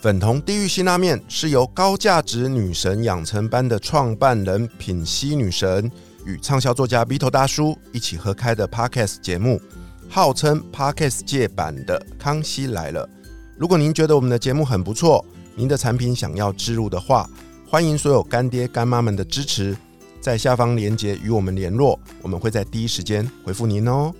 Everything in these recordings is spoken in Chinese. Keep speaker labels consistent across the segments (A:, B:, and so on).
A: 粉红地狱辛拉面是由高价值女神养成班的创办人品熙女神与畅销作家 Vito 大叔一起合开的 Podcast 节目，号称 Podcast 界版的《康熙来了》。如果您觉得我们的节目很不错，您的产品想要置入的话，欢迎所有干爹干妈们的支持，在下方链接与我们联络，我们会在第一时间回复您哦。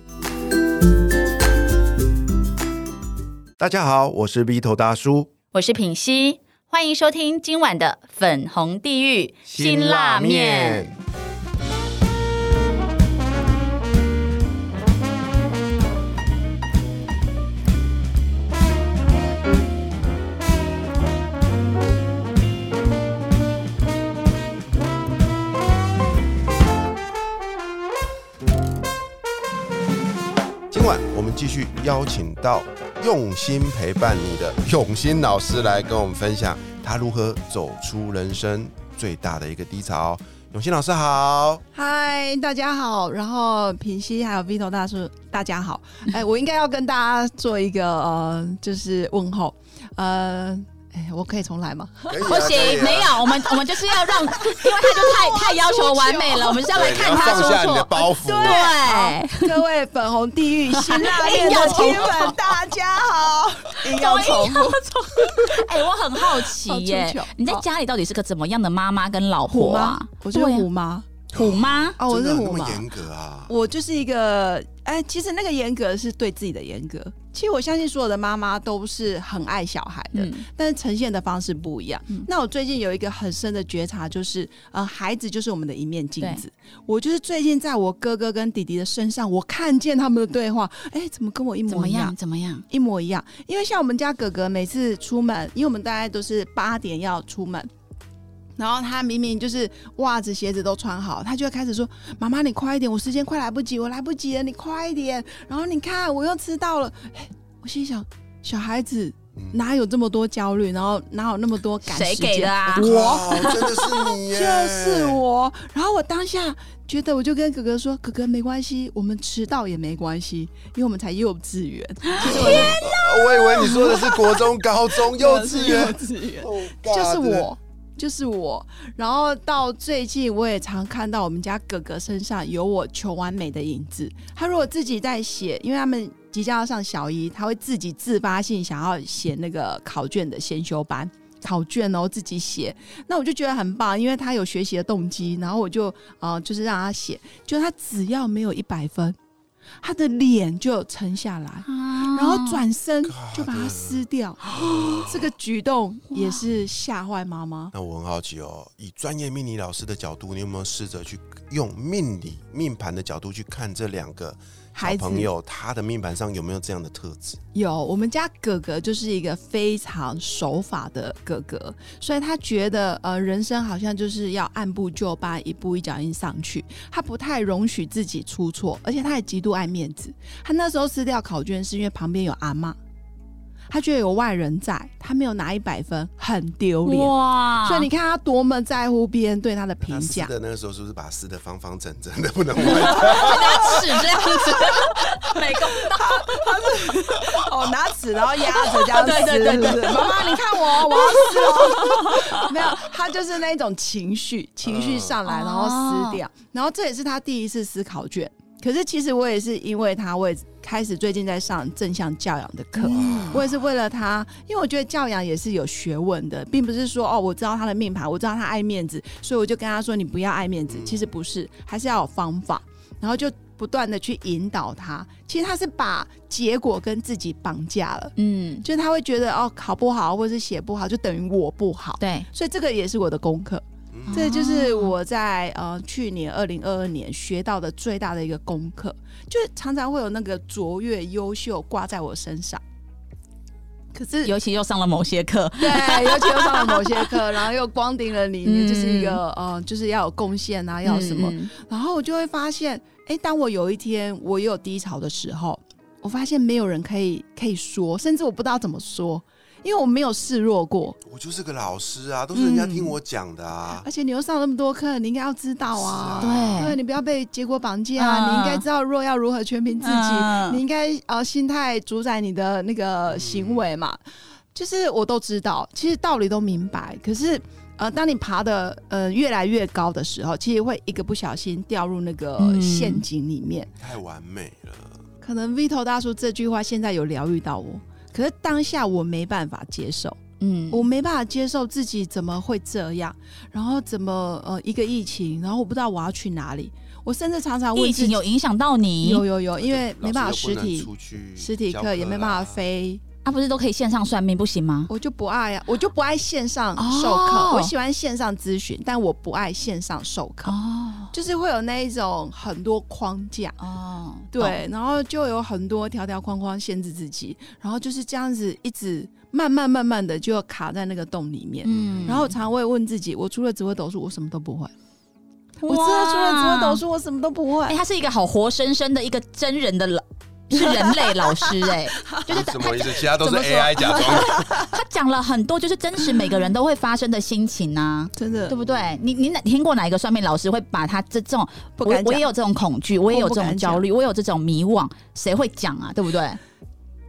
A: 大家好，我是 Vito 大叔。
B: 我是品熙，欢迎收听今晚的粉红地狱
A: 辛辣面。。今晚我们继续邀请到用心陪伴你的永新老师来跟我们分享他如何走出人生最大的一个低潮。永新老师好，
C: 嗨，大家好，然后平西还有 Vito 大叔，大家 好。哎，我应该要跟大家做一个呃，就是问候。呃，哎，我可以重来 吗？
A: 可以啊
B: 不行，没。有，我们 我们就是要 让，因为他就太太要求完美了，我们是要
A: 可以啊
B: 来
A: 对你
B: 看
A: 要
B: 他
A: 放
B: 说
A: 下你的
B: 错。
A: 包袱，
C: 啊
B: 对，
C: 各位粉红地狱辛辣 面的亲粉，大家好。 硬要重复，
B: 哎，我很好奇
C: 好
B: 耶
C: 出糗，
B: 你在家里到底是个怎么样的妈妈跟老
C: 虎
B: 婆
C: 妈
B: 啊？，
C: 我是虎
B: 对
C: 妈，
B: 啊虎妈，
C: 哦，我
A: 真
C: 是
A: 的
C: 虎
A: 那
C: 妈
A: 么。严格啊？
C: 我就是一个，哎，其实那个严格是对自己的严格。其实我相信所有的妈妈都是很爱小孩的，
B: 嗯
C: 但是呈现的方式不一样。
B: 嗯
C: 那我最近有一个很深的觉察，就是呃，孩子就是我们的一面镜子。我就是最近在我哥哥跟弟弟的身上，我看见他们的对话，哎，怎么跟我一
B: 怎
C: 模
B: 么
C: 一样
B: 样？？怎么样？
C: 一模一样。因为像我们家哥哥每次出门，因为我们大概都是八点要出门。然后他明明就是袜子、鞋子都穿好，他就会开始说：“妈妈，你快一点，我时间快来不及，我来不及了，你快一点。”然后你看，我又迟到了。哎我心想，小孩子
A: 嗯
C: 哪有这么多焦虑，然后哪有那么多赶
B: 谁
C: 时间？
B: 给的啊
C: 我
A: 靠哦真的是你耶，
C: 就是我。然后我当下觉得，我就跟哥哥说：“哥哥，没关系，我们迟到也没关系，因为我们才幼稚园。”
A: 呃。我以为你说的是国中、高中、幼稚
C: 幼
A: 园，
C: 稚园，
A: Oh God，
C: 就是
A: 真的
C: 我，就是我。然后到最近，我也常看到我们家哥哥身上有我求完美的影子。他如果自己在写，因为他们即将要上小一，他会自己自发性想要写那个考卷的先修班。考卷哦，自己写，那我就觉得很棒，因为他有学习的动机，然后我就呃，就是让他写，就他只要没有一百分，他的脸就沉下来，
B: 然
C: 然后转身就把它撕掉，这个举动也是吓坏妈妈。
A: 那我很好奇哦，以专业命理老师的角度，你有没有试着去用命理命盘的角度去看这两个小
C: 孩子
A: 朋友他的命盘上有没有这样的特质？
C: 有，我们家哥哥就是一个非常守法的哥哥，所以他觉得呃，人生好像就是要按部就班，一步一脚印上去。他不太容许自己出错，而且他也极度爱面子。他那时候撕掉考卷是因为旁边有阿妈，他觉得有外人在，他没有拿一百分，很丢脸。
B: 哇，
C: 所以你看他多么在乎别人对他的评
A: 他撕
C: 价。
A: 的那个时候是不是把它撕的方方正正的，不 能歪？
B: 他尺这样 子，每个
C: 哦，拿纸然后压着这样 撕，
B: 对对对对
C: 是不 是妈妈你看我，我要撕哦。 没有，他就是那种情绪，情绪上来
B: 嗯
C: 然后撕掉，然后这也是他第一次撕考卷。可是其实我也是因为他，我也开始最近在上正向教养的课，我也是为了他，因为我觉得教养也是有学问的，并不是说哦，我知道他的命盘，我知道他爱面子，所以我就跟他说你不要爱面子，其实不是，还是要有方法。然后就不断的去引导他。其实他是把结果跟自己绑架了，
B: 嗯，
C: 就是他会觉得哦，考不好或是写不好，就等于我不好。
B: 对，
C: 所以这个也是我的功课，
A: 嗯
C: 这就是我在呃去年二零二二年学到的最大的一个功课，就是常常会有那个卓越、优秀挂在我身上。可是
B: 尤其又上了某些课，
C: 对，尤其又上了某些课，然后又光顶了你，你就是一
B: 嗯
C: 个呃，就是要有贡献啊，要有什么，
B: 嗯？嗯
C: 然后我就会发现，哎，当我有一天我也有低潮的时候，我发现没有人可以可以说，甚至我不知道怎么说，因为我没有示弱过。
A: 我就是个老师啊，都是人家
C: 嗯
A: 听我讲的啊。
C: 而且你又上那么多课，你应该要知道啊。
A: 是啊
C: 对，
B: 嗯对，
C: 你不要被结果绑架啊！
B: 哎嗯
C: 你应该知道弱要如何全凭自己，
B: 嗯
C: 你应该呃心态主宰你的那个行为嘛。就是我都知道，其实道理都明白，可是呃，当你爬的呃越来越高的时候，其实会一个不小心掉入那个
B: 嗯
C: 陷阱里面。
A: 太完美了。
C: 可能 Vito 大叔这句话现在有疗愈到我，可是当下我没办法接受，
B: 嗯，
C: 我没办法接受自己怎么会这样，然后怎么呃一个疫情，然后我不知道我要去哪里，我甚至常常问
B: 疫
C: 自
B: 情
C: 己
B: 有影响到你，
C: 有有 有，因为
A: 老
C: 没
A: 师
C: 办法
A: 又不
C: 实
A: 能
C: 体
A: 出去
C: 实体
A: 教
C: 课也没办法
A: 啦，
C: 飞，
B: 啊，不是都可以线上算命不行吗？
C: 我就不爱啊，我就不爱线上授课，
B: 哦
C: 我喜欢线上咨询，但我不爱线上授课，
B: 哦
C: 就是会有那一种很多框架。
B: 哦，懂，
C: 对，然后就有很多条条框框限制自己，然后就是这样子一直慢慢慢慢的就卡在那个洞里面。
B: 嗯
C: 然后我常会问自己，我除了紫微斗数，我什么都不会。我
B: 哇
C: 真的除了紫微斗，数，我什么都不会。
B: 哎，他是一个好活生生的一个真人的老，是人类老师 哎，就是
A: 什
B: 他
A: 么意思？其他都是
B: 怎么说
A: AI 假装的。
B: 他讲了很多，就是真实每个人都会发生的心情啊。
C: 真的
B: 对不对？你你哪听过哪一个算命老师会把他这这种，
C: 不
B: 我
C: 敢
B: 我
C: 讲
B: 也。有这种恐惧，我也有
C: 我
B: 这
C: 不敢
B: 种焦虑，我有这种迷惘，谁会讲啊？对不对？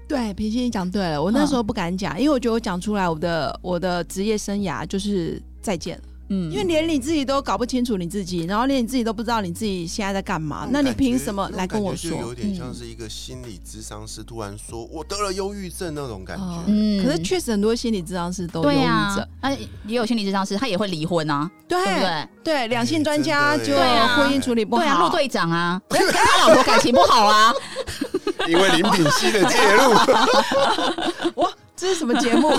C: 对，平心你讲对了，我那时候不敢讲，因为我觉得我讲出来，我的我的职业生涯就是再见了，
B: 嗯，
C: 因为连你自己都搞不清楚你自己，然后连你自己都不知道你自己现在在
B: 嗯
C: 干嘛，那你凭什么来跟我
A: 那种感觉就
C: 说嗯
A: 有？点像是一个心理咨商师突然说“我得了忧郁症”那种感觉。
C: 嗯
B: 嗯
C: 可是确实很多心理治疗师都忧
B: 对
C: 郁
B: 啊
C: 症，，
B: 那也有心理咨商师，他也会离婚啊，
C: 对
B: 对不对？
C: 对，两性专家
A: 真的耶
C: 就
B: 对啊
C: 婚姻处理不
B: 对啊，陆
C: 好，
B: 队长啊，跟跟他老婆感情不好啊，
A: 因为林品熙的介入，
C: 哇，这是什么 节目？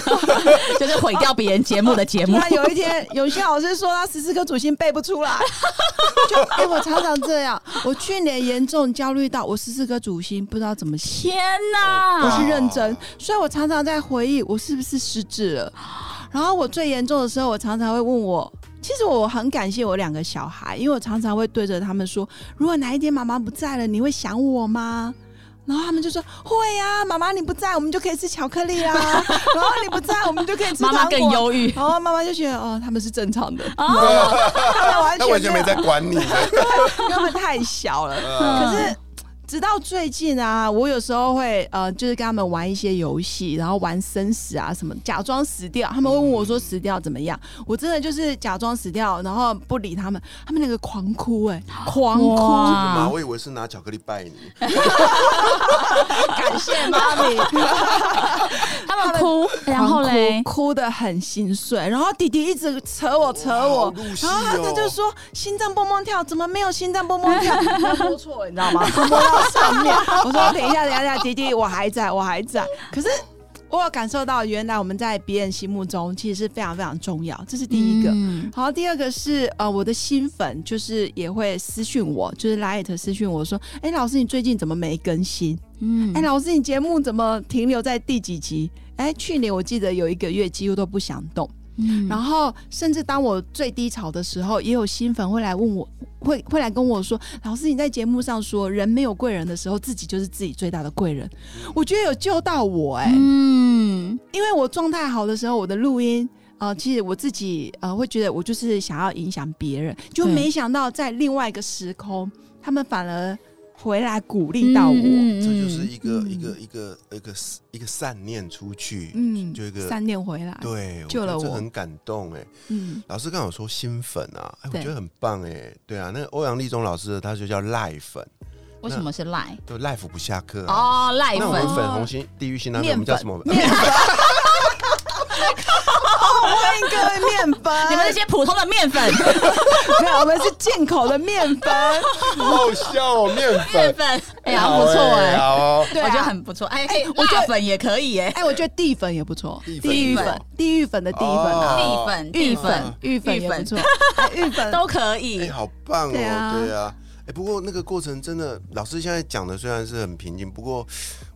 B: 就是毁掉别人节目的节
C: 突
B: 目。
C: 然有一天，有些老师说他十四颗主星背不出来， 就哎、我常常这样。我去年严重焦虑到我十四颗主星不知道怎么写。
B: 天
C: 我
B: 哪！
C: 是认真，所以我常常在回忆我是不是失智了。然后我最严重的时候，我常常会问我，其实我很感谢我两个小孩，因为我常常会对着他们说，如果哪一天妈妈不在了，你会想我吗？然后他们就说会呀、妈妈你不在，我们就可以吃巧克力啦、 然后你不在，我们就可以吃
B: 妈
C: 糖
B: 妈
C: 果。啊
B: 更忧郁
C: 然后妈妈就觉得哦，他们是正 常的，
B: 哦，
C: 他们完
A: 他完全
C: 没
A: 没
C: 有，
A: 在管你。
C: 因为他们太小了。
A: 呃
C: 可是直到最近啊，我有时候会呃，就是跟他们玩一些游戏，然后玩生死啊什么，假装死掉。他们会问我说死掉怎么样，我真的就是假装死掉，然后不理他们，他们那个狂哭哎、狂哭，
A: 妈，
B: 哇！
A: 我以为是拿巧克力拜你，
C: 感谢妈咪，
B: 他们哭，然后嘞
C: 狂，哭哭的很心碎，然后弟弟一直扯我扯
A: 好
C: 我
A: 入。戏
C: 然后他
A: 哦
C: 他就说心脏蹦蹦跳，怎么没有心脏蹦蹦跳？ 他摸错了，你知道吗？ 他摸到上面。我说等一下，等一下，弟弟，我还在，我还在。可是我有感受到，原来我们在别人心目中其实是非常非常重要，这是第一个。
B: 嗯
C: 好，第二个是呃，我的新粉就是也会私讯我，就是 Light 私讯我说，哎、老师你最近怎么没更新？
B: 嗯
C: 哎、，老师，你节目怎么停留在第几集？哎、去年我记得有一个月几乎都不想动，
B: 嗯
C: 然后甚至当我最低潮的时候，也有新粉会来问我，会会来跟我说，老师你在节目上说人没有贵人的时候，自己就是自己最大的贵人，我觉得有救到我哎、
B: 嗯
C: 因为我状态好的时候，我的录音。呃，其实我自己呃会觉得我就是想要影响别人，就
B: 对
C: 没想到在另外一个时空，他们反而回来鼓励到我。
A: 这
B: 嗯
A: 就是一个
C: 嗯
A: 一个一个一个一个善念出去，
C: 嗯，
A: 就一个
C: 三年回来，
A: 对，
C: 救
A: 觉得
C: 了
A: 这
C: 我
A: 很感动哎。
C: 嗯，
A: 老师刚好说新粉啊，哎，我
B: 对
A: 觉得很棒哎。对啊，那个欧阳立中老师的他就叫赖粉，
B: 为什么是赖？
A: 就赖粉不下课啊。
B: 哦，赖
A: 那我
B: 粉
A: 们粉红心、地狱心那边，我
C: 面
A: 们叫什么？
C: 面粉。欢迎各位面 粉，
B: 你们那些普通的 面粉，
C: 没有，我们是进口的面粉。
A: 好笑哦，面粉，
B: 面粉，哎呀，不错哎，
A: 好哦。
C: 对啊
B: 我觉得很不错。哎，可以
C: 我觉得
B: 辣粉也可以耶，
C: 哎，我觉得地粉也不错，
A: 地粉
C: 地
A: 也
C: 狱
A: 不错
C: 粉，地狱粉的地粉啊，
A: 哦
B: 地粉、
C: 玉
B: 地
C: 粉
B: 粉、、
C: 玉粉
B: 玉
C: 也不
B: 粉
C: 错，哎玉粉
B: 都可
A: 哎、
B: 以。
A: 好棒哦！
C: 对啊
A: 对啊，哎、不过那个过程真的，老师现在讲的虽然是很平静，不过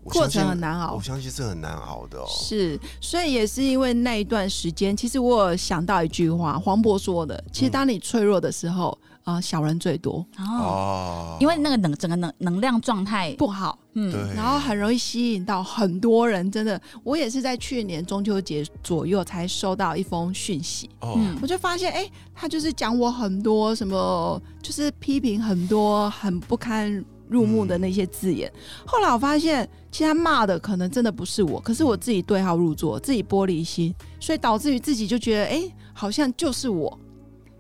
A: 我
C: 过
A: 相信
C: 程很难熬
A: 我相信是很难熬的哦。
C: 是，所以也是因为那一段时间，其实我有想到一句话，黄渤说的，其实当你脆弱的时候，啊，小人最多，
B: 哦，
A: 哦，
B: 因为那个能整个能能量状态，
C: 不好，
B: 嗯，
A: 对，
C: 然后很容易吸引到很多人。真的，我也是在去年中秋节左右才收到一封讯息，
A: 哦，
B: 嗯
C: 我就发现，哎、他就是讲我很多什么，就是批评很多很不堪入目的那些字眼。后来我发现，其实他骂的可能真的不是我，可是我自己对号入座，自己玻璃心，所以导致于自己就觉得，哎、好像就是我，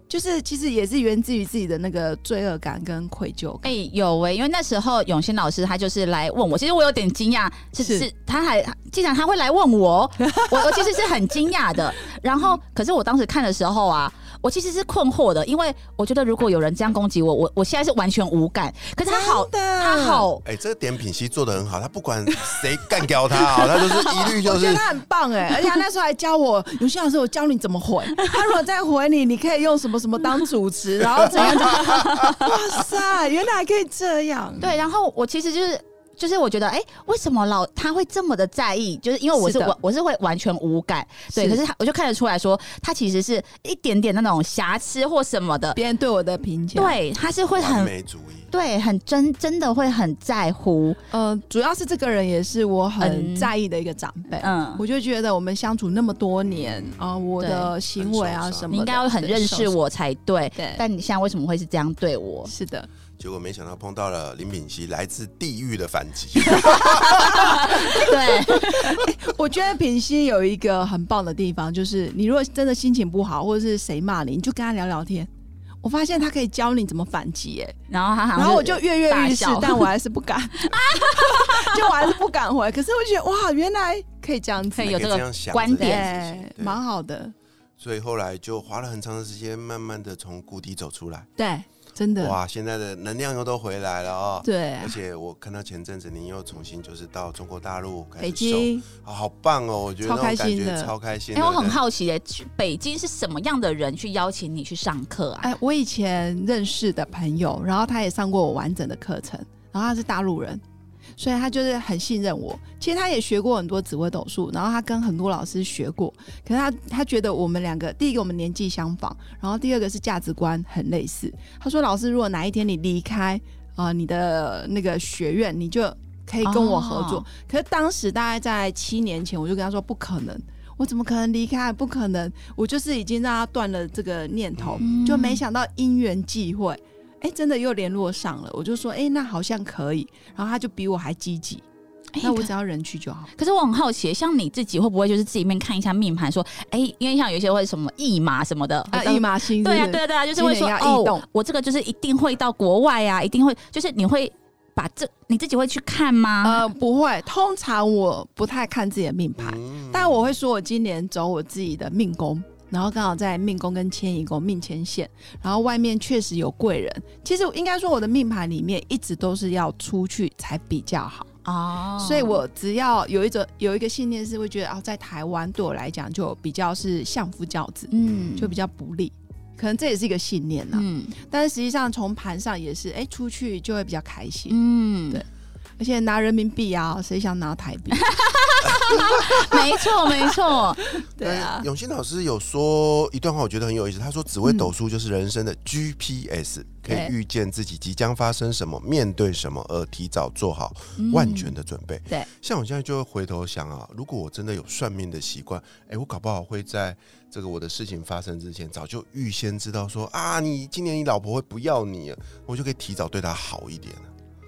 C: 就是其实也是源自于自己的那个罪恶感跟愧疚感。
B: 哎、有哎、因为那时候永新老师他就是来问我，其实我有点惊讶，是
C: 是
B: 是他还竟然他会来问我，我我其实是很惊讶的。 然后，可是我当时看的时候啊，我其实是困惑的，因为我觉得如果有人这样攻击我，我我现在是完全无感。可是他好，
C: 真的
B: 他好，
A: 哎、这个点品析做的很好，他不管谁干掉他 啊，他就是一律就
C: 我觉
A: 是
C: 得他很棒 哎、而且他那时候还教我，有些老师我教你怎么回，他如果再回你，你可以用什么什么当主持，然后怎 样怎样。哇塞，原来还可以这样。
B: 对，然后我其实就是。就是我觉得，哎、为什么老他会这么的在意？就是因为我是
C: 是的
B: 我我是会完全无感，对。
C: 是
B: 可是他，我就看得出来说，他其实是一点点那种瑕疵或什么的，
C: 别人对我的评价，，
B: 对，他是会
A: 完
B: 很
A: 美主义。
B: 对，很真真的会很在乎，
C: 呃，主要是这个人也是我很
B: 嗯
C: 在意的一个长辈，
B: 嗯，
C: 我就觉得我们相处那么多年啊、我的行为啊
A: 很受伤
C: 什么的，
B: 你应该要很认识我才对。
C: 对。
B: 但你现在为什么会是这样对我？
C: 是的，
A: 结果没想到碰到了林品熙来自地狱的反 击，
B: 对，
C: 我觉得品熙有一个很棒的地方，就是你如果真的心情不好，或者是谁骂你，你就跟他聊聊天。我发现他可以教你怎么反击、哎，
B: 然后他好像，
C: 然后我就跃跃欲试
B: 大笑，
C: 但我还是不敢， 就我还是不敢回。可是我觉得哇，原来可以这样子
B: 可，以有这
A: 可以这
B: 个
A: 样想
B: 观
A: 这
B: 点，
A: 件事情
C: 对，
A: 对
C: 蛮好的，
A: 所以后来就花了很长的时间，慢慢的从谷底走出来。
C: 对，真的，
A: 哇，现在的能量又都回来了哦。
C: 对
A: 而，且我看到前阵子您又重新就是到中国大陆开
C: 北
A: 始瘦，
C: 京
A: 啊，好棒哦！我觉得那
C: 超
A: 种
C: 开
A: 感
C: 心
A: 觉
C: 的哎
A: 超开心的。
B: 因为我很
A: 对
B: 好奇耶，去北京是什么样的人去邀请你去上课啊？
C: 哎，我以前认识的朋友，然后他也上过我完整的课程，然后他是大陆人，所以他就是很信任我。其实他也学过很多紫微斗数，然后他跟很多老师学过，可是他他觉得我们两个，第一个我们年纪相仿，然后第二个是价值观很类似。他说，老师，如果哪一天你离开啊、呃你的那个学院，你就可以跟我合作。
B: 哦
C: 可是当时大概在七年前，我就跟他说不可能。我怎么可能离开？不可能！我就是已经让他断了这个念头，
B: 嗯
C: 就没想到因缘际会，哎、真的又联络上了。我就说，哎、那好像可以。然后他就比我还积极，
B: 哎
C: 那我
B: 可
C: 只要人去就好。
B: 可是我很好奇耶，像你自己会不会就是自己面看一下命盘，说，哎，因为像有一些会什么驿马什么的，
C: 啊，
B: 呃
C: 一马心
B: 对
C: 呀、
B: 啊，对啊，对啊，就是会
C: 今
B: 说
C: 年要异动
B: 哦，我这个就是一定会到国外啊，一定会，就是你会把这你自己会去看吗？
C: 呃，不会。通常我不太看自己的命盘，
A: 嗯
C: 但我会说我今年走我自己的命宫，然后刚好在命宫跟迁移宫命迁线，然后外面确实有贵人。其实应该说我的命盘里面一直都是要出去才比较好。
B: 哦，
C: 呃所以我只要有一种有一个信念是会觉得啊，在台湾对我来讲就比较是相夫教子，
B: 嗯
C: 就比较不利。可能这也是一个信念呐、
B: 嗯
C: 但是实际上从盘上也是，哎、出去就会比较开心，
B: 嗯，
C: 对而且拿人民币啊，谁想拿台 币？
B: 没错没错，
C: 对啊
A: 但，永新老师有说一段话，我觉得很有意思。他说：“紫微斗数就是人生的 GPS，、可以
C: 对
A: 预见自己即将发生什么，面对什么，而提早做好万全的准备。
B: 对，
A: 像我现在就会回头想啊，如果我真的有算命的习惯，哎、我搞不好会在这个我的事情发生之前，早就预先知道说啊，你今年你老婆会不要你了，我就可以提早对她好一点了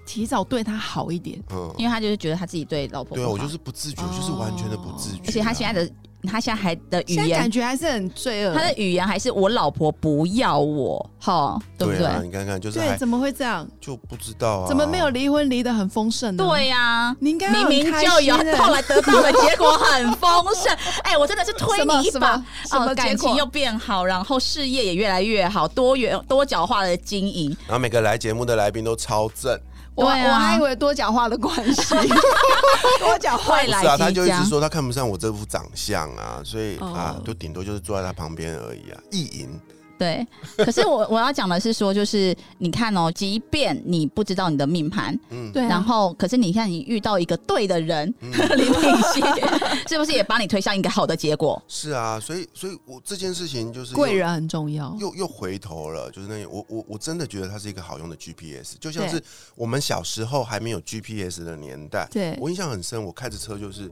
C: 提早对他好一点。
A: 嗯，
B: 因为他就是觉得他自己对老婆
A: 对啊，
B: 不
A: 我
B: 好
A: 就是不自觉，我就是完全的不自觉啊、
B: 而且他现在的他现在还的语
C: 现在
B: 言
C: 感，觉还是很罪恶，
B: 他的语言还是我老婆不要我，哈，对不
A: 对啊，
B: 对？
A: 你看看，就是
C: 对
A: 还
C: 怎么会这样？
A: 就不知道啊，
C: 怎么没有离婚离得很丰盛呢？，
B: 对呀。
C: 你应该要
B: 明明
C: 很开
B: 就有，
C: 心欸
B: 后来得 到的结果很丰盛。哎、我真的是推
C: 什么
B: 你一
C: 什
B: 把
C: 么，什么
B: 哦、感
C: 结果
B: 情又变好，然后事业也越来越好，多元多角化的经营。
A: 然后每个来节目的来宾都超正，
C: 我、
B: 对啊
C: 我还以为多讲话的关系， 多讲话
B: 未来
A: 是啊，他
B: 即
A: 就一直
B: 将
A: 说他看不上我这副长相啊，所以、啊
C: 哦，
A: 就顶多就是坐在他旁边而已啊，意淫。
B: 对，可是我我要讲的是说，就是你看哦，即便你不知道你的命盘，
A: 嗯，
C: 对啊、
B: 然后可是你看你遇到一个对的人， 林品熙，是不是也帮你推向一个好的结果？
A: 是啊，所以所以我这件事情就是又
C: 贵人很重要。
A: 又又回头了，就是那我我我真的觉得它是一个好用的 GPS，就像
C: 对
A: 是我们小时候还没有 GPS 的年代，
C: 对
A: 我印象很深，我开着车就是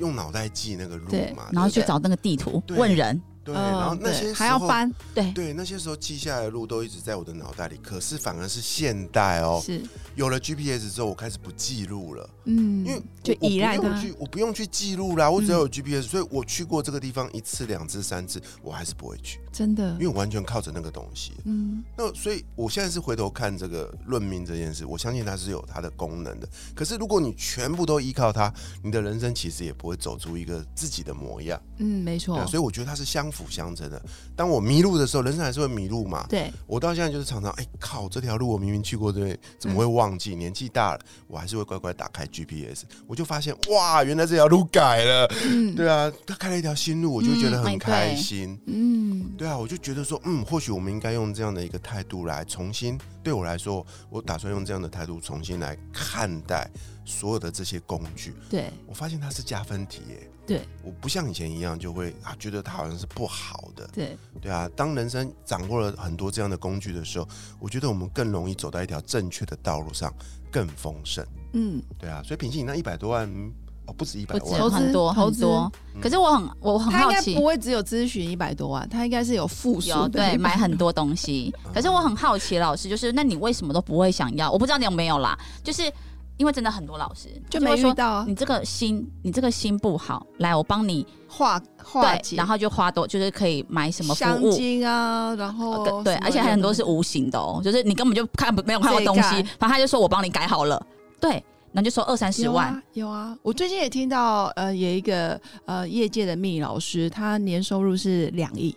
A: 用脑袋记那个路
C: 对
A: 嘛，
B: 然后去
A: 啊对不对
B: 找那个地图
A: 对
B: 问人，
A: 对，然后那些
C: 哦嗯
A: 时
C: 对还要
A: 候
C: 翻，
B: 对，
A: 对，那些时候记下来的路都一直在我的脑袋里，可是反而是现代哦，
C: 是，
A: 有了 GPS 之后，我开始不记录了，因为
C: 嗯，就
A: 我
C: 依赖
A: 我不用
C: 它。嗯
A: 去，我不用去记录啦，我只要有 GPS，、所以我去过这个地方一次、两次、三次，我还是不会去，
C: 真的
A: 因，为我完全靠着那个东西。
C: 嗯，
A: 那所以我现在是回头看这个论命这件事，我相信它是有它的功能的。可是如果你全部都依靠它，你的人生其实也不会走出一个自己的模样。
C: 嗯，没
A: 对
C: 错
A: 啊、，所以我觉得它是相辅相成的。当我迷路的时候，人生还是会迷路嘛。
C: 对，
A: 我到现在就是常常，哎、靠，这条路我明明去过，对，怎
B: 嗯
A: 么会忘记？年纪大了，我还是会乖乖打开 GPS，我就发现，哇，原来这条路改了。
C: 嗯，
A: 对啊，他开了一条新路，我就觉得
B: 嗯哎
A: 很
B: 对
A: 开心。
C: 嗯，
A: 对啊，我就觉得说，嗯，或许我们应该用这样的一个态度来重新，对我来说，我打算用这样的态度重新来看待所有的这些工具。
C: 对，
A: 我发现它是加分题耶。
C: 对，
A: 我不像以前一样就会啊，觉得它好像是不好的。
C: 对，
A: 对啊，当人生掌握了很多这样的工具的时候，我觉得我们更容易走到一条正确的道路上，更丰盛。
C: 嗯，
A: 对啊，所以品信，你那一百多万，嗯哦，不止一百
B: 不止
A: 万，
C: 投资
B: 很多
C: 投
B: 很
C: 资
B: 多。可是我很我很
C: 他
B: 好
C: 应该
B: 奇
C: 不，会只有咨询一百多万，他应该是有复数
B: 有
C: 的，
B: 对买很多东 西。可是我很好奇，老师就是那你为什么都不会想要？我不知道你有没有啦，就是因为真的很多老师
C: 就
B: 会
C: 没遇
B: 说。
C: 到啊
B: 你这个心，你这个心不好，来，我帮你
C: 化化
B: 对，
C: 解，
B: 然后就花多，就是可以买什么服
C: 香
B: 务，
C: 精啊，然
B: 呃
C: 后
B: 跟对，
C: 什么
B: 而且还很多是
C: 有的
B: 无形的哦，就是你根本就看不没有看过
C: 自己
B: 东西，
C: 盖
B: 反正他就说我帮你改好了，对，然后就收二三十万，
C: 有啊有啊，我最近也听到呃，有一个呃业界的命理老师，他年收入是两亿，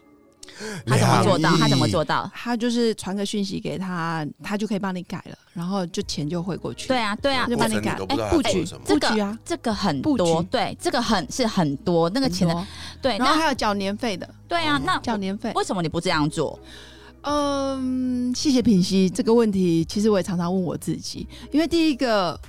B: 他怎么
A: 两
B: 做到？他怎么
A: 亿
B: 做到？
C: 他就是传个讯息给他，他就可以帮你改了，然后就钱就汇过去。
B: 对啊，对啊
C: 就，
A: 过
C: 帮你
A: 程
C: 改
A: 都不知
C: 哎
A: 道
C: 布
A: 它做
C: 局
A: 什么
B: 这
C: 布局
B: 个
C: 啊
B: 这个很
C: 布
B: 多，
C: 局
B: 对，这个很是很多那个
C: 很多，
B: 钱的，对，
C: 然后
B: 那
C: 还有缴年费的，
B: 对啊，那
C: 缴年费。
B: 为什么你不这样做？
C: 嗯，谢谢品熙这个问题，其实我也常常问我自己，因为第一个，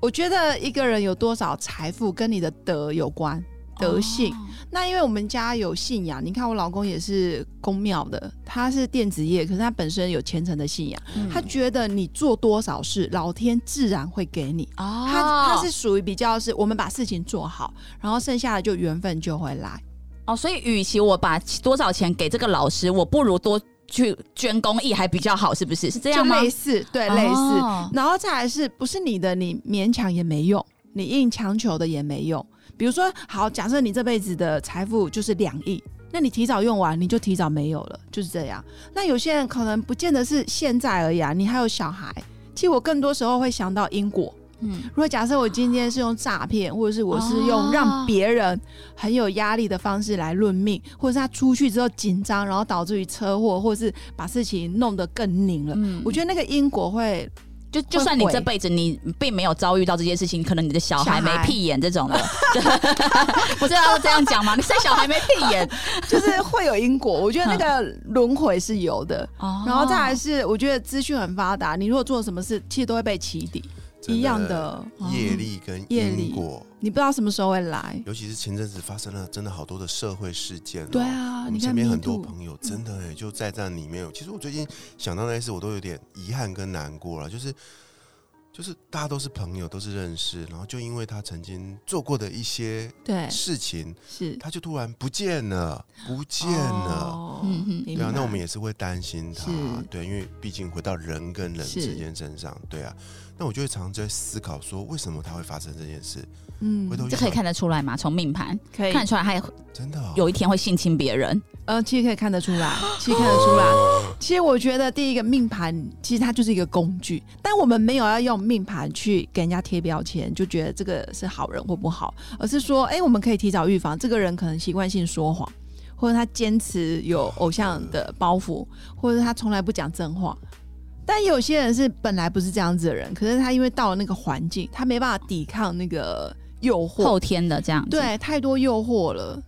C: 我觉得一个人有多少财富跟你的德有关，德性。
B: 哦
C: 那因为我们家有信仰，你看我老公也是公庙的，他是电子业，可是他本身有虔诚的信仰，
B: 嗯
C: 他觉得你做多少事，老天自然会给你。
B: 哦，
C: 他他是属于比较是我们把事情做好，然后剩下的就缘分就会来。
B: 哦，所以与其我把多少钱给这个老师，我不如多去捐公益还比较好，是不是？是这样吗哦
C: 就？类似，对，类似。
B: 嗯
C: 然后再来是不是你的，你勉强也没用，你硬强求的也没用。比如说，好，假设你这辈子的财富就是两亿，那你提早用完，你就提早没有了，就是这样。那有些人可能不见得是现在而已啊，你还有小孩。其实我更多时候会想到因果。
B: 嗯，
C: 如果假设我今天是用诈骗，或者是我是
B: 哦
C: 用让别人很有压力的方式来论命，或者是他出去之后紧张，然后导致于车祸，或者是把事情弄得更拧了，
B: 嗯
C: 我觉得那个因果会
B: 就就
C: 会
B: 算你
C: 毁
B: 这辈子你并没有遭遇到这件事情，可能你的小孩
C: 小
B: 没
C: 孩
B: 屁眼这种 的，不是要这样讲吗？你生小孩没屁眼，
C: 就是会有因果，我觉得那个轮回是有的。
B: 哦
C: 然后再来是，我觉得资讯很发达，你如果做什么事，其实都会被起底，
A: 真
C: 一样的。哦
A: 业力跟
C: 业力
A: 因果，
C: 你不知道什么时候会来。
A: 尤其是前阵子发生了真的好多的社会事件、哦。
C: 对啊，
A: 我
C: 你
A: 们
C: 看
A: 身边
C: Me Too，嗯
A: 很多朋友真的哎，就在这里面。其实我最近想到那些事，我都有点遗憾跟难过了，就是就是大家都是朋友，都是认识，然后就因为他曾经做过的一些
C: 对
A: 事情，
C: 是
A: 他就突然不见了，不见了。
C: 哦
B: 嗯嗯
A: 对啊，那我们
C: 也
A: 也是会担心他
C: 是，
A: 对，因为毕竟回到人跟人
C: 是
A: 之间身上，对啊，那我就会常常在思考说，为什么他会发生这件事？
C: 嗯
A: 回头一
B: 这可以
A: 想
B: 看得出来吗？从命盘
C: 可以
B: 看得出来，他
A: 真的哦
B: 有一天会性侵别人。
C: 呃，其实可以看得出来，其实看得出来。其实我觉得第一个命盘，其实它就是一个工具，但我们没有要用命盘去给人家贴标签，就觉得这个是好人或不好，而是说，哎、我们可以提早预防这个人可能习惯性说谎，或者他坚持有偶像的包袱，或者他从来不讲真话。但有些人是本来不是这样子的人，可是他因为到了那个环境，他没办法抵抗那个诱惑，
B: 后天的这样子，，
C: 对，太多诱惑了，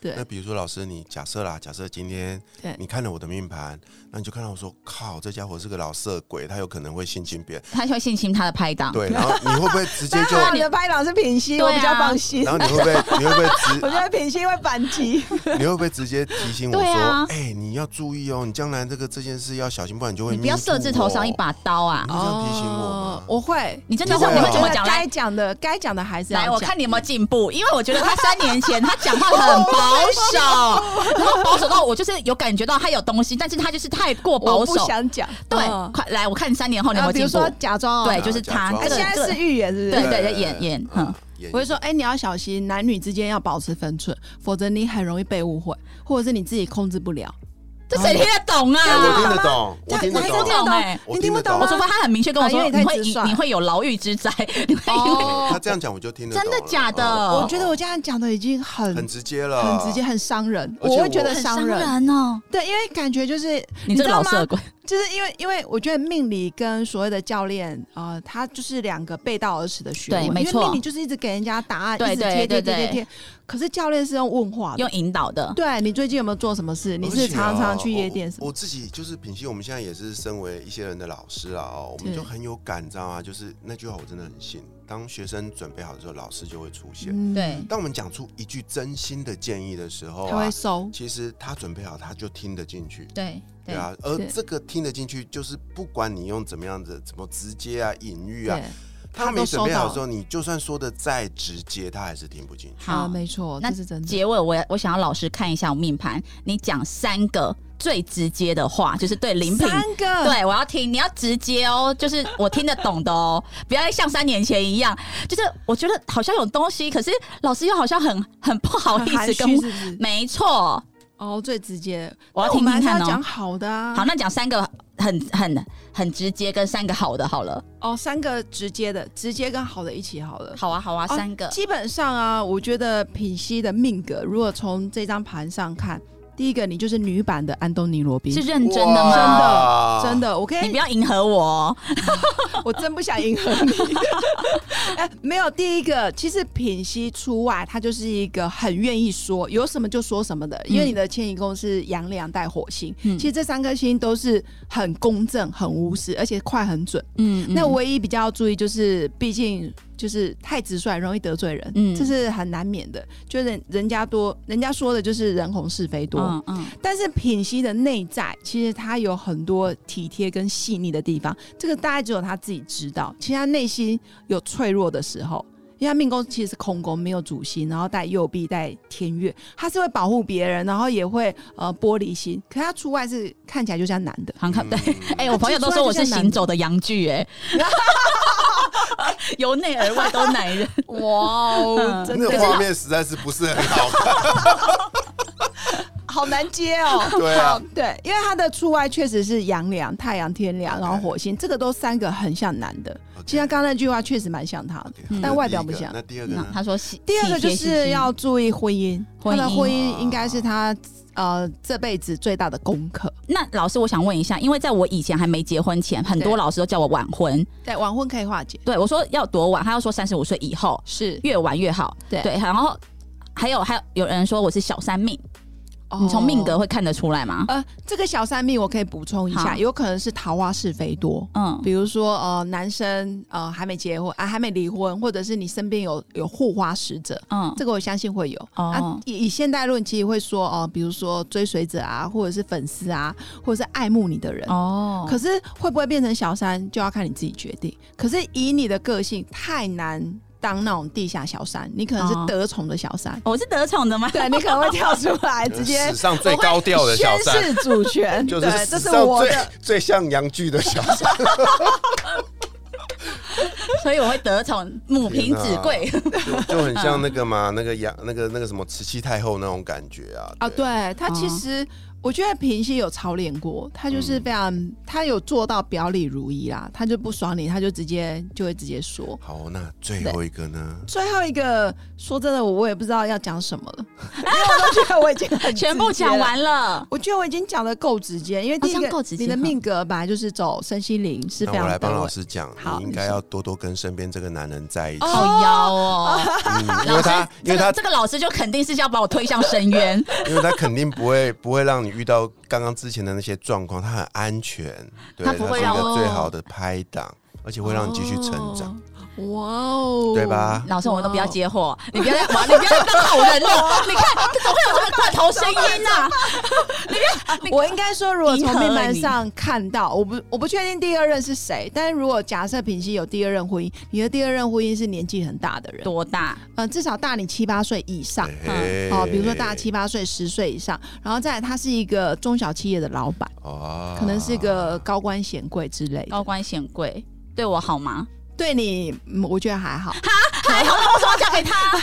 C: 对
A: 那比如说，老师，你假设啦，假设今天
C: 对
A: 你看了我的命盘，那你就看到我说，靠，这家伙是个老色鬼，他有可能会性侵别人，
B: 他就会性侵他的拍档。
A: 对，然后你会不会直接
C: 但
A: 就，
C: 好，你的拍档是品熙，
B: 对啊
C: 我比较放心。
A: 然后你会不会，你会不会
C: 我觉得品熙会反 击。
A: 直，你会不会直接提醒我
B: 对
A: 说，哎、
B: 啊
A: 你要注意哦，你将来这个这件事要小心，不然你就会
B: 你不要
A: Me
B: 设置
A: Too 哦
B: 头上一，把刀啊！
A: 你会这样提醒我吗？
C: 我会。
B: 你真
A: 你
B: 哦的会
A: 会
B: 你
A: 啊
B: 会怎么讲？来
C: 该讲的，该讲的还是要
B: 来，
C: 讲。
B: 我看你有没有进步，因为我觉得他三年前他讲话很保守，然后保守到我就是有感觉到他有东西，但是他就是太过保
C: 我
B: 守
C: 不。想讲。
B: 对
C: 嗯，
B: 快来，我看三年后你有
C: 啊，
B: 没
C: 比
B: 有
C: 如
B: 进步
C: 说？假装哦
B: 对，
A: 啊
B: 就是
A: 假
B: 他
A: 装。
C: 哎，
B: 这
C: 现
B: 个
C: 在是预言，是不
B: 对
C: 是？
B: 对对演演嗯，
A: 演
C: 我会说，哎，你要小心，男女之间要保持分寸，否则你很容易被误会，或者是你自己控制不了。
B: 这谁听得懂
A: 哎我听
B: 啊？
A: 得懂，我听得
B: 还
C: 你
B: 真
A: 懂
B: 听，得懂哎。
A: 我
C: 你
A: 听
C: 听
A: 得
C: 不
A: 懂
C: 懂
B: 我
A: 吗
B: 除非他很明确跟我
C: 啊
B: 说，
C: 因为
B: 你
C: 太
B: 会
C: 直
B: 你
C: 率哦
B: 你会有牢狱之灾， 你会因为
A: 他这样讲我就听得懂了，
B: 真的假的
A: 哦
C: 我觉得我这样讲的已经很
A: 很直接了，
C: 很直接，很伤人，
A: 而且
C: 我会觉
A: 我
C: 得伤人。
B: 哦！
C: 对，因为感觉就是
B: 你这个
C: 知道
B: 老
C: 吗
B: 色鬼，
C: 就是因为因为我觉得命理跟所谓的教练，呃，他就是两个背道而驰的学问。
B: 对没
C: 因
B: 错
C: 为命理就是一直给人家答案，
B: 对
C: 一直
B: 对
C: 贴贴
B: 对
C: 贴贴贴。可是教练是用问话的
B: 用。引导的。
C: 对你最近有没有做什么事？你
A: 而且
C: 是常常
A: 哦
C: 去夜店什
A: 我
C: 么？
A: 我自己就是品析，我们现在也是身为一些人的老师啊，哦，我们
C: 对
A: 就很有感，你知道吗？就是那句话我真的很信，当学生准备好的时候，老师就会出现。
C: 嗯
B: 对，
A: 当我们讲出一句真心的建议的时候
C: 他
A: 啊
C: 会，收。
A: 其实他准备好，他就听得进去。
B: 对
A: 对啊，而
C: 对
A: 这个听得进去，就是不管你用怎么样的，怎么直接啊、隐喻啊
C: 对，，
A: 他
C: 他
A: 没
C: 都
A: 准备
C: 收到
A: 好的时候，你就算说的再直接，他还是听不进去。
C: 啊，
B: 好，
C: 没错，
B: 那
C: 这是真的。
B: 结尾我也我想要老师看一下我命盘，你讲三个最直接的话，就是对林品。
C: 三个，
B: 对，我要听，你要直接哦，就是我听得懂的哦，不要像三年前一样，就是我觉得好像有东西，可是老师又好像很很不好
C: 很
B: 意
C: 含
B: 思
C: 蓄
B: 跟
C: 是
B: 我。
C: 不是？
B: 没错，
C: 哦，最直接。
B: 我要
C: 那
B: 听
C: 们
B: 听
C: 还是
B: 看
C: 要
B: 哦
C: 讲好的啊。
B: 好，那讲三个很很很直接跟三个好的好了，
C: 哦，三个直接的，直接跟好的一起好了。
B: 好啊好啊，
C: 哦
B: 三个，
C: 基本上啊，我觉得品析的命格，如果从这张盘上看，第一个你就是女版的安东尼·罗宾，
B: 是认真的
A: 哇
B: 吗？
C: 真，的。我可
B: 你不
C: 以，
B: 要迎合我哦，
C: 我真不想迎合你。 哎，没有，第一个其实品析出外，他就是一个很愿意说，有什么就说什么的，因为
B: 嗯
C: 你的迁移宫是阳两带火星，
B: 嗯
C: 其实这三颗星都是很公正、很无私，而且快很准。
B: 嗯，嗯
C: 那唯一比较要注意就是，毕竟就是太直率，容易得罪人，
B: 嗯
C: 这是很难免的。就是人人家多，人家说的就是人红是非多，
B: 嗯嗯，
C: 但是品熙的内在其实他有很多体贴跟细腻的地方，这个大概只有他自己知道。其实他内心有脆弱的时候。因为他命宫其实是空宫，没有主星，然后带右臂带天月，他是会保护别人，然后也会呃玻璃心。可他出外是看起来就像男的，
B: 好看对。
A: 嗯
B: 哎、我朋友都说我是行走的洋剧、哎， 由内而外都男人。
C: 哇哦
B: 嗯
A: 那个画面实在是不是很好看。。
C: 好难接哦
A: 对啊
C: 好，对，因为它的出外确实是阳梁、太阳、天梁，
A: OK
C: 然后火星，这个都三个很像男的。
A: 哎 OK
C: 其实刚刚那句话确实蛮像他的
A: OK，好，
B: 嗯
A: 那
C: 但外表
A: 第一
C: 不
A: 个
C: 像
A: 那第二个
B: 那
A: 呢？
B: 他说细，
C: 第二个
B: 体
C: 就
B: 贴细
C: 是
B: 心
C: 要注意婚 姻，
B: 婚姻
C: 他的婚姻应该是他呃这辈子最大的功课。
B: 那老师，我想问一下，因为在我以前还没结婚前，很多
C: 对
B: 老师都叫我晚婚。
C: 对，晚婚可以化解，
B: 对我说要多晚，他要说三十五岁以后，
C: 是
B: 越晚越好。
C: 对
B: 对，然后还有还有有人说我是小三命，你从命格。
C: 哦
B: 会看得出来吗？
C: 呃，这个小三命我可以补充一
B: 好
C: 下，有可能是桃花是非多，
B: 嗯，
C: 比如说呃男生呃还没结婚啊还没离婚，或者是你身边有有护花使者，
B: 嗯，
C: 这个我相信会有。
B: 哦
C: 啊，以以现代论，其实会说哦、比如说追随者啊，或者是粉丝啊，或者是爱慕你的人。
B: 哦，
C: 可是会不会变成小三，就要看你自己决定。可是以你的个性，太难当那种地下小三，你可能
B: 哦
C: 是得宠的小三，
B: 我是得宠的吗？
C: 对你可能会跳出 来，
A: 就是
C: 直接
A: 呃史上最高调的小三
C: 宣誓主 权，
A: 就是
C: 对，这
A: 史
C: 是
A: 上
C: 我
A: 最
C: 的。
A: 最像洋剧的小 三。
B: 所以我会得宠母凭子贵。
A: 就就很像那个嘛，那个杨那个那个什么慈禧太后那种感觉啊。
C: 啊，对他其
B: 哦
C: 实。我觉得平西有操练过，他就是
A: 嗯
C: 非常，他有做到表里如一啦，他就不爽你，他就直接就会直接说。
A: 好，那最后一个呢？
C: 最后一个，说真的，我我也不知道要讲什么 了，因为我都觉得我已经很
B: 全部讲
C: 直接了。
B: 完了。
C: 我觉得我已经讲的够直接，因为第一
B: 好像
C: 个
B: 够直，接
C: 你的命格本来就是走身心灵是
A: 那
C: 非
A: 我
C: 常
A: 来
C: 对
A: 帮
C: 位
A: 老。师讲，
C: 好嗯
A: 你应该要多多跟身边这个男人在一起，
B: 好妖哦！
A: 嗯因为他因为他
B: 这个老师就肯定是要把我推向深渊。
A: 因为他肯定不会不会让你遇到刚刚之前的那些状况，他很安全，对，
B: 他
A: 他
B: 不会
A: 是一
B: 让
A: 个
B: 我
C: 哦
A: 最好的拍档，而且会让你继续成长，
C: 哇哦，
A: 对吧？
B: 哦老师，我们都不要接货，你不要再玩，你不要再当好人了。你看，怎么会有这么罐头头声音啊！
C: 我应该说，如果从
B: 迎合了
C: 命盘
B: 你
C: 上看到，我不我不确定第二任是谁，但是如果假设品熙有第二任婚姻，你的第二任婚姻是年纪很大的人，
B: 多大？
C: 呃，至少大你七八岁以上。
A: 嘿
C: 哦，比如说大七八岁、十岁以上，然后再来他是一个中小企业的老板，
A: 啊
C: 可能是个高官显贵之类的。
B: 高官显贵对我好吗？
C: 对你，嗯我觉得还好，
B: 还好，那我怎么嫁给 他？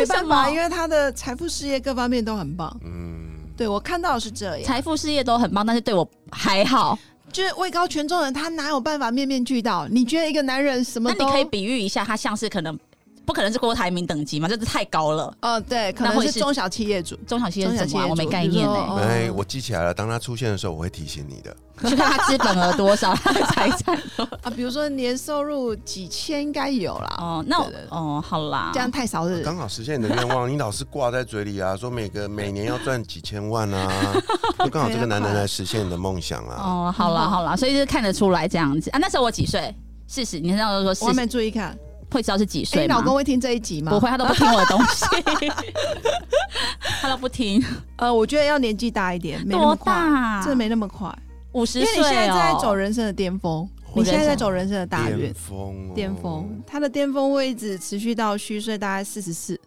B: 为什
C: 办法，
B: 么？
C: 因为他的财富、事业各方面都很棒。
A: 嗯，
C: 对我看到的是这样，
B: 财富事业都很棒，但是对我还好。
C: 就是位高权重的人，他哪有办法面面俱到？你觉得一个男人什么
B: 那
C: 都
B: 你可以比喻一下，他像是可能不可能是郭台铭等级嘛？这是太高了。
C: 哦，对，可
B: 那
C: 能
B: 会
C: 是
B: 是
C: 中小企业主。
B: 中小企业
C: 中
B: 是
C: 小
B: 怎
C: 企
B: 么啊？
C: 业主
B: 我没概念
C: 比如说
B: 呢、
C: 哦
A: 哎，我记起来了，当他出现的时候，我会提醒你的。
B: 去看他资本额多少，他的财产多少。
C: 啊，比如说年收入几千应该有啦，
B: 哦，那我
C: 对对对
B: 哦，好啦，
C: 这样太少了。
A: 刚好实现你的愿望，你老是挂在嘴里啊，说每个每年要赚几千万 啊，就刚好这个男人来实现你的梦想啊。
B: 哦，好
C: 嗯
B: 啦，好啦，所以就是看得出来这样子啊。那时候我几岁？四十，你那时候说
C: 我还
B: 四十，
C: 没注意看，
B: 会知道是几
C: 哎，
B: 岁
C: 你
B: 吗？
C: 老公会听这一集吗？
B: 不会，他都不听我的东 西，他都不听。
C: 呃，我觉得要年纪大一点，没那
B: 多
C: 么快，
B: 大？
C: 真的没那么快，
B: 五十
C: 因为
B: 岁
C: 你
B: 哦。
C: 现在正在走人生的巅峰，
B: 我
C: 你现在
B: 人
C: 在
B: 生
C: 走人生的大
A: 巅
C: 运。
A: 峰哦，
C: 巅峰，他的巅峰位置持续到虚岁大概四十四，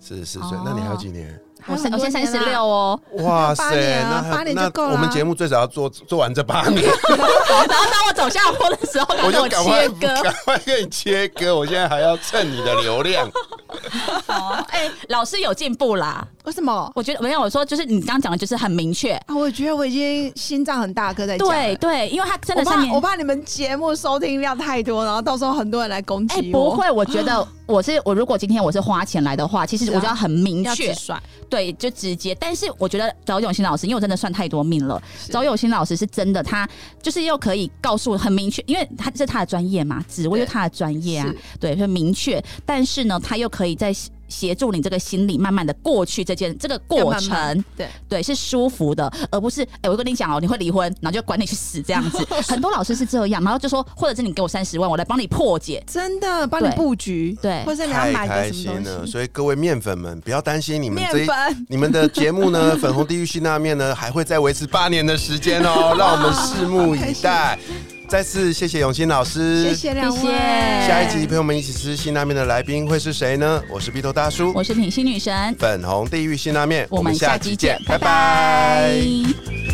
A: 四十四
C: 哦
A: 岁，那你还有几年？
B: 我
C: 还有很
B: 我
C: 多
B: 现在三
C: 年
B: 十
C: 啦
B: 六。 哦，
A: 哇
C: 八
A: 塞，
C: 年
A: 那
C: 啊
A: 还
C: 八年就
A: 那
C: 够了啊
A: 我们节目最少要做做完这八 年，
B: 然后当我走下坡的时候，
A: 我
B: 赶
A: 就
B: 我
A: 赶快
B: 切 割。
A: 赶快跟你切割。我现在还要蹭你的流 量，
B: 哦，哎，老师有进步啦，
C: 为什么？
B: 我觉得没有，我说就是你刚刚讲的，就是很明确。
C: 啊，我觉得我已经心脏很大颗在讲了
B: 对对，因为他真
C: 我
B: 的是
C: 怕
B: 年
C: 我怕你们节目收听量太多，然后到时候很多人来攻
B: 哎、
C: 击
B: 不
C: 我。，
B: 会，我觉 得我是我，如果今天我是花钱来的话，其实
C: 是啊
B: 我就要很明
C: 要
B: 确
C: 直，率。
B: 对，就直接。但是我觉得找永新老师，因为我真的算太多命了，
C: 是
B: 找永新老师是真的，他就是又可以告诉我很明确，因为他这是他的专业嘛，职位
C: 对
B: 就是他的专业啊
C: 是，
B: 对，所以明确。但是呢，他又可以在协协助你这个心理慢慢的过去这件这个
C: 要
B: 过
C: 慢
B: 程，
C: 慢对，
B: 对，是舒服的，而不是哎、我跟你讲哦，你会离婚，然后就管你去死这样 子。很多老师是这样，然后就说，或者是你给我三十万，我来帮你破解。
C: 真的帮你
B: 对
C: 布局，
B: 对
C: 或是你要
A: 太
C: 买
A: 开
C: 个什
A: 心
C: 么
A: 了。
C: 东西，
A: 所以各位面粉们，不要担心你们
C: 面
A: 这一
C: 粉。
A: 你们的节目 呢，《粉红地狱辛辣面》呢，还会再维持八年的时间 哦，让我们拭目以待。再次谢谢永新老师，
C: 谢。谢两位，
B: 谢谢
A: 下一集陪我们一起吃辛辣面的来宾会是谁呢？我是鼻头大叔，
B: 我是品心女神，
A: 粉红地狱辛辣面，
B: 我们下期见，
A: 拜
B: 拜
A: 拜
B: 拜